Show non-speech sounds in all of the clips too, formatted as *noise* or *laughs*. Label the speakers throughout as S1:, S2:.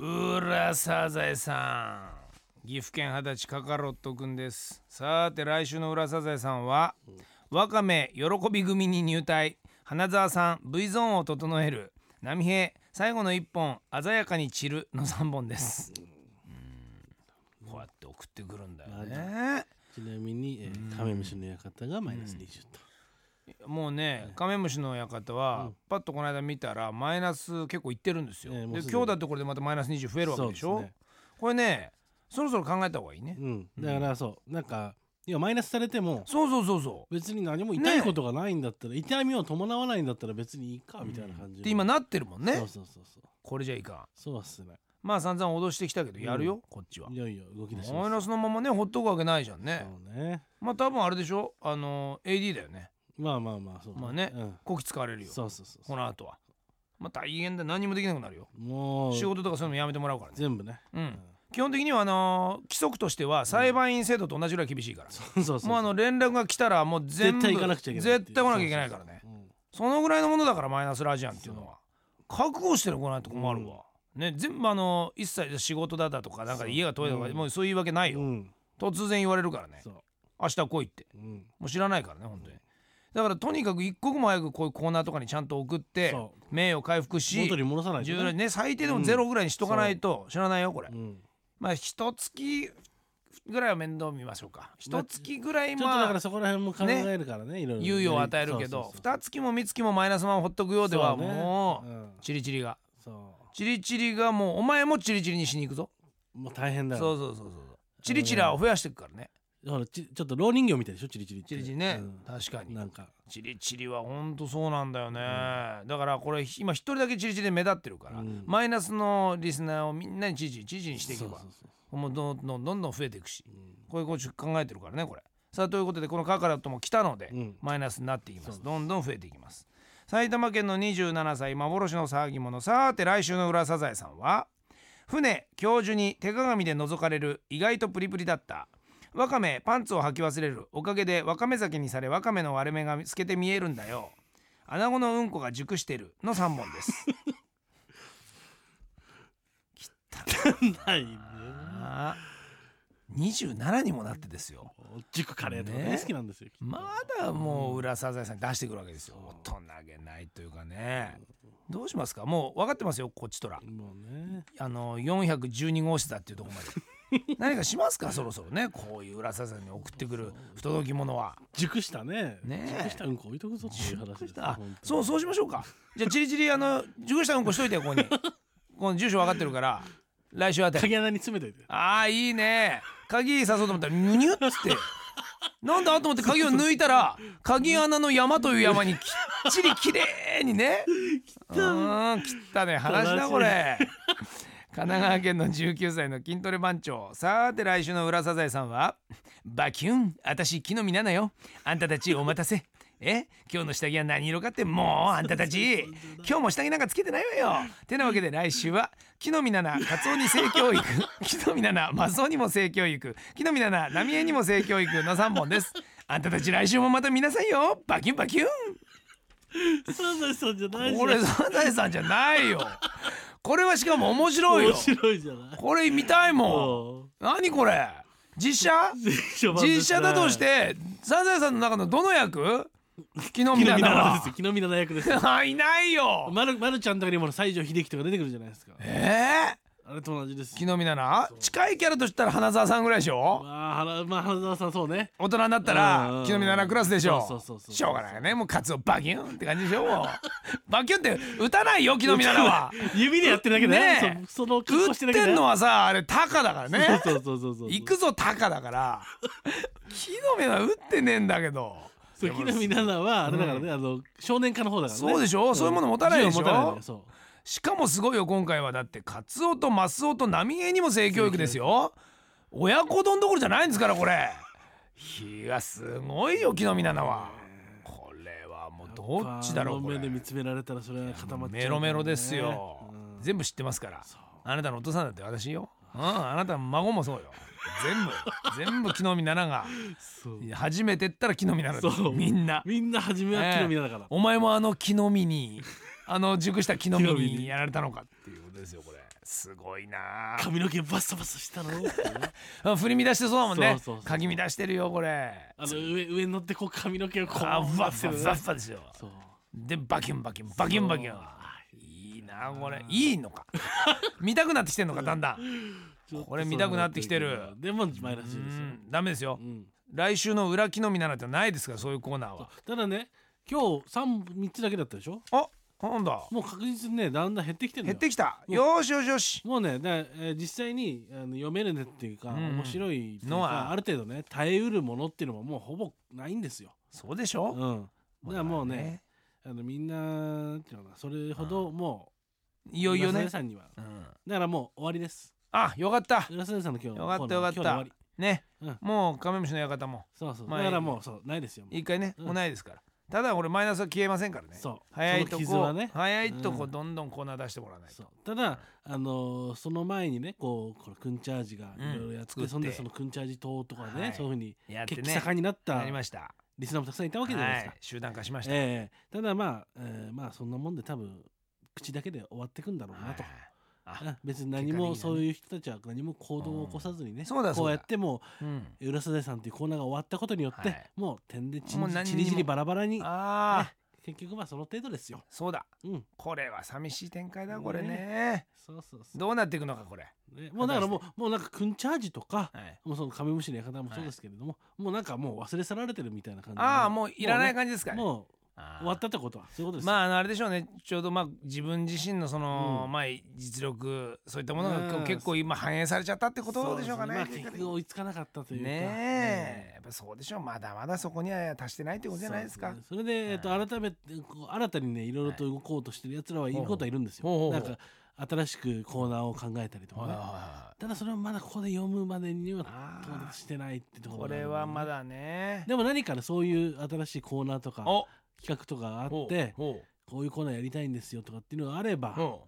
S1: やーサザエさん岐阜県二十歳カカロットくんですさーて来週の裏サザエさんはわかめ喜び組に入隊花澤さん V ゾーンを整える波平最後の一本鮮やかに散るの三本ですうんこうやって送ってくるんだよね
S2: ちなみに、えー、カメムシの館がマイナス20と。
S1: もうねカメムシの館はパッとこの間見たらマイナス結構いってるんですよ、
S2: ええもう
S1: です
S2: でに
S1: 今日だってこれでまたマイナス20増えるわけでしょ
S2: そうですね
S1: これねそろそろ考えた方がいいね、
S2: うん、だからそう、なんか、いや、マイナスされても、
S1: そうそうそうそう
S2: 別に何も痛いことがないんだったら、痛みを伴わないんだったら別にいいか、みたいな感じの。
S1: って今なってるもんね
S2: そうそうそうそう。
S1: これじゃいかん
S2: そうはすね。
S1: まあ散々脅してきたけど
S2: うん
S1: やるよ、こっちはい
S2: よいよ動き出し
S1: マイ
S2: ま
S1: ナ
S2: す。
S1: スのままねほっとくわけないじゃんね
S2: そうね。
S1: まあ多分あれでしょあの AD だよね
S2: まあまあまあ、そう、
S1: まあね
S2: うん
S1: こき使われるよ
S2: そうそうそうそ
S1: こ
S2: う。
S1: の後はまあ大変だ何もできなくなるよ
S2: もう、
S1: 仕事とかそういうのやめてもらうからね
S2: 全部ね。
S1: う
S2: うんん
S1: 基本的にはあのー規則としては裁判員制度と同じぐらい厳しいから、
S2: そうそうそう。
S1: もうあの連絡が来たらもう全部
S2: 絶対行かなくちゃいけないってう。
S1: 絶対来なきゃいけないからね
S2: そうそうそう。うん
S1: そのぐらいのものだからマイナスラジアンっていうのは覚悟してるこないと困るわ、ね全部あの一切仕事だだとかなんか
S2: そう
S1: 家が遠いとか、
S2: うん
S1: もうそういうわけないよ、
S2: うん。
S1: 突然言われるからね
S2: そ
S1: 明日来いって
S2: う。うん。
S1: もう知らないからね本当にだからとにかく一刻も早くこういうコーナーとかにちゃんと送って
S2: そ
S1: 名誉回復し
S2: 元に戻さないと
S1: 10
S2: ね。
S1: ね最低でもゼロぐらいにしとかないと知らないよこれ、
S2: うん。
S1: まあ一月ぐらいは面倒見ましょうか一月ぐらい
S2: ちょっとだか
S1: まあ
S2: らそこら辺も考えるからね、いろいろ。
S1: 猶予を与えるけど
S2: そうそうそう
S1: 二月も三月もマイナスマンほっとくようでは
S2: そうね
S1: もう
S2: うん
S1: チリチリが
S2: そ
S1: チリチリがもうお前もチリチリにしに行くぞ
S2: う。もう大変だよ。
S1: そうそうそうそうチリチラを増やしていくからね
S2: ほらちちょっと老人形みたいでしょチリチリって
S1: チリチリね
S2: うん
S1: 確かに
S2: なんか
S1: チリチリはほんとそうなんだよねだからこれ今一人だけチリチリで目立ってるから
S2: うん
S1: マイナスのリスナーをみんなにチリチリチリチリにしていけば
S2: そうそう
S1: もうどんどんどんどん増えていくし
S2: そうう
S1: こういうこと考えてるからねこれさあということでこのカカラットも来たので、
S2: んうん
S1: マイナスになっていきま
S2: そう
S1: す
S2: です
S1: どんどん増えていきます埼玉県の27歳幻の騒ぎ者さーて来週の裏サザエさんは船教授に手鏡で覗かれる意外とプリプリだったわかめパンツを履き忘れるおかげでわかめ酒にされわかめの割れ目が透けて見えるんだよ穴子のうんこが熟してるの3本です
S2: *laughs* *laughs* ないね
S1: あー27にもなってですよ
S2: 塾カレーとか
S1: ね
S2: 大好きなんですよ、きっと
S1: まだもう裏サザエさんに出してくるわけですよ
S2: そ
S1: 大人げないというかねどうしますかもう分かってますよこっちとら
S2: もうね
S1: あの412号室だっていうところまで何かしますかそろそろねこういう裏サザエに送ってくる不届き者は
S2: 塾したね
S1: ねえ
S2: 塾したうんこ置いとくぞっていう話です
S1: あそうそうしましょうかじゃあチリチリあの熟したうんこしといてここにこの住所分かってるから来週あたり
S2: 鍵穴に詰めといて
S1: ああいいね鍵刺そうと思ったらニュニュッつってなんだと思って鍵を抜いたら鍵穴の山という山にきっちりきれいにね *laughs* うーん切ったね話だこれ神奈川県の19歳の筋トレ番長さーて来週の裏サザエさんは「バキュン私木の実なのよあんたたちお待たせ」え今日の下着は何色かってもうあんたたち今日も下着なんかつけてないわよてなわけで来週は木の実ななカツオに性教育木の実ななマスオにも性教育木の実なな浪江にも性教育の3本ですあんたたち来週もまた見なさいよバキュンバキュン
S2: サザエさんじゃないじゃん
S1: これサザエさんじゃないよこれはしかも面白いよ
S2: 面白いじゃない
S1: これ見たいもん
S2: も
S1: 何これ実写
S2: う実
S1: 実写だとしてサザエさんの中のどの役木の実
S2: 木
S1: な
S2: の実
S1: な
S2: なです
S1: は
S2: よ木の実な役ですよ
S1: いないよ
S2: まるまるちゃんとかにも西城秀樹とか出てくるじゃないですか
S1: えー
S2: あれと同じです
S1: 木
S2: よ
S1: の実なな近いキャラとしたら花澤さんぐらいでしょ
S2: まあ原まあ原沢さんそうね
S1: 大人になった
S2: う
S1: ら
S2: ん
S1: 木の実ななクラスでしょ
S2: そうそうそうそう
S1: しょうがないよねもうカツオバキュンって感じでしょもうバキュンって打たないよ木の実ななは
S2: 指でやってるだけだよ
S1: ねえ
S2: そその格
S1: 打
S2: 好
S1: っ
S2: してるだけ
S1: て
S2: だ
S1: ん
S2: よ
S1: のはさあれタカだからね
S2: そうそうそうそうそう
S1: 行くぞタカだから木の実は打ってねえんだけど
S2: そう木の実奈々はあれだからね、あの少年科の方だからね
S1: そうでしょそういうもの持たないでしょ
S2: 銃を持たないのよそ
S1: しかもすごいよ今回はだってカツオとマスオと波江にも性教育ですよ親子丼どころじゃないんですからこれいやすごいよ木の実奈々はこれはもう
S2: う
S1: どっちだろ
S2: あ
S1: う
S2: の
S1: こ
S2: 目で
S1: れ
S2: 見つめられたらそれは固まっちゃうからね、
S1: メロメロですよ
S2: うん
S1: 全部知ってますからあなたのお父さんだって私ようんあなたの孫もそうよ全部全部木の実奈々が
S2: *laughs* そう
S1: いや初めてったら木の実奈々
S2: そう
S1: ですみんな
S2: みんな初めは木の実奈々だから、
S1: お前もあの木の実にあの熟した木の実
S2: 木の実
S1: に
S2: に
S1: やられたのかっていうことですよこれすごいな
S2: 髪の毛バッサバサしたの
S1: *laughs*
S2: ってね
S1: あ振り乱してそうだもんね
S2: そうそうそう
S1: 鍵乱してるよこれ
S2: あの上上に乗ってこう髪の毛をこう
S1: あふわ
S2: っ
S1: ふ
S2: て
S1: わ
S2: るね
S1: ふわふわですよ
S2: そう
S1: でバキュンバキュンバキュンバキュンいいなこれいいのか見たくなってきてんのかだんだん
S2: ちょっと
S1: これ見たくなってきてる
S2: そうなってるけどでも前らしいですよ
S1: うんダメですよ
S2: うん
S1: 来週の裏木の実ならってないですからそういうコーナーは
S2: ただね今日三三つだけだったでしょ
S1: あなんだ
S2: もう確実にねだんだん減ってきてる
S1: 減ってきたよーしよしよし
S2: もうねだ、えー実際にあの読めるねっていうか、
S1: うん
S2: 面白いっていう
S1: の
S2: か
S1: は
S2: ある程度ね耐えうるものっていうのももうほぼないんですよ。
S1: そうでし
S2: う
S1: ょ
S2: ん、だからもうねあのみんなっていうのかなそれほども、
S1: いうよいよ
S2: 浦
S1: ね
S2: 添さんには
S1: うん
S2: だからもう終わりです。
S1: あよかった
S2: 浦添さんの今日の
S1: よかったよかっ
S2: コーナー
S1: た
S2: は今日で終わり
S1: ね
S2: うん
S1: もうカメムシの館も
S2: そうそう
S1: まあ
S2: だからもうそうないですよ。もう
S1: 一回ね
S2: うん
S1: もうないですからただ俺マイナスは消えませんからね
S2: そう
S1: 早いと
S2: その傷は
S1: こ
S2: ね
S1: 早いと
S2: う
S1: こ
S2: ん
S1: どんどんコーナー出してもらわないと
S2: そうただあのーその前にねこうこのクンチャージが
S1: うん
S2: いろいろやって、
S1: 作って
S2: そんでそのクンチャージ党とかね、
S1: はい
S2: そういうふうに
S1: やって
S2: 血気
S1: ね
S2: 盛んになった
S1: なりました
S2: リスナーもたくさんいたわけじゃないですか。
S1: はい集団化しました
S2: ええただまあ、ええまあそんなもんで多分口だけで終わってくんだろうなと、
S1: はい
S2: あ別に
S1: 結果的に
S2: 何も
S1: ね
S2: そういう人たちは何も行動を起こさずにね、
S1: んそうだそうだ
S2: こうやっても
S1: あうん
S2: う浦添さんっていうコーナーが終わったことによって、
S1: はい
S2: もう点でち
S1: も
S2: ん
S1: う何に
S2: ち
S1: も
S2: りじりバラバラに
S1: あー
S2: 結局まあその程度ですよ
S1: そうだ
S2: うん
S1: これは寂しい展開だこれ
S2: ね
S1: ね
S2: そうそうそ
S1: どうなっていくのかこれ
S2: う、ね、もうだからも
S1: 果
S2: うもうなんかくんチャージとか
S1: はい
S2: もうそのカメムシの館もそうですけれども、もうなんかもう忘れ去られてるみたいな感じ
S1: ああもういらない
S2: 感
S1: 感じですかね
S2: もう
S1: あー
S2: 終わったってことはそういうことですよ
S1: まああのあれでしょうねちょうどまあ自分自身のその、
S2: うん
S1: まあ実力そういったものがこ
S2: う
S1: うん結構今反映されちゃったってことでしょうかね。
S2: そです
S1: 結果
S2: まあ、結
S1: 的に
S2: 局追いつかなかったというか。
S1: ねえやっぱそうでしょうまだまだそこには達してないってことじゃないですか。
S2: そうそれで、えっと、改めて、こう新たにね、いろいろと動こうとしてる奴らはいることはいるんですよ。
S1: ほうほうほ
S2: な
S1: うん
S2: か、新しくコーナーを考えたりとか
S1: はいはい
S2: ね。
S1: は
S2: ただ、それはまだここで読むまでには
S1: あー
S2: 到達してないってと
S1: い
S2: ころ
S1: こ
S2: がある
S1: れはま。だね。
S2: でも、何かね、そういう新しいコーナーとか、
S1: お
S2: 企画とかがあ
S1: ほ
S2: っ
S1: う
S2: て、
S1: ほ
S2: こういうコーナーやりたいんですよとかっていうのがあれ
S1: う
S2: ば、
S1: ほ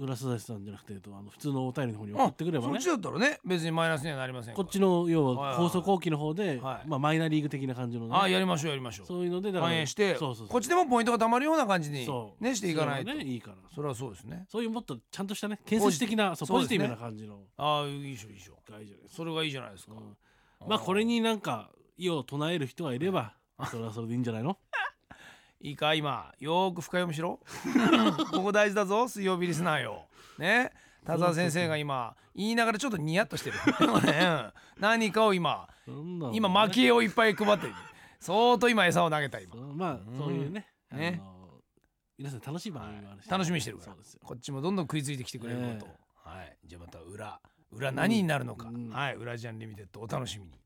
S2: 浦添さんじゃなくて、えっとあの普通のお便りの方に
S1: う
S2: 送ってくれば
S1: あそ
S2: ね
S1: っち。だったらね別にマイナスにはなりませんか
S2: こ
S1: ら
S2: っちの
S1: はいは
S2: 要
S1: い
S2: は
S1: はい
S2: 放送後期の方で、
S1: はい
S2: まあマイナーリーグ的な感じのね
S1: あやりましょうやりましょう
S2: そういうのでだから
S1: 反映して
S2: そうそうそう
S1: こっちでもポイントがたまるような感じに
S2: そう
S1: ねしていかないと
S2: そうねいいから
S1: それはそうですね。
S2: そういうもっとちゃんとしたね建設的なそう
S1: そう
S2: ポ
S1: で
S2: ジ
S1: す
S2: テ
S1: ね
S2: ィブな感じの
S1: ああいいでしょいいでしょ
S2: 大丈夫です、
S1: それがいいじゃないですか。
S2: うんまあこれになんか意を唱える人がいればそれはそれでいいんじゃないの
S1: いいか今よーく深読みし
S2: *laughs*
S1: ろここ大事だぞ水曜日リスナーよね田沢先生が今言いながらちょっとニヤッとしてる *laughs* ね何かを今
S2: なんだろうね
S1: 今蒔絵をいっぱい配ってる相当今餌を投げた今
S2: そうまあそういうね,、
S1: うんね
S2: あの皆さん楽しい番組もあるし、
S1: 楽しみにしてるか
S2: そ
S1: ら
S2: うですよ
S1: こっちもどんどん食いついてきてくれること、
S2: ね
S1: はいじゃあまた裏裏何になるのか、
S2: うん
S1: はい裏ジャンリミテッドお楽しみに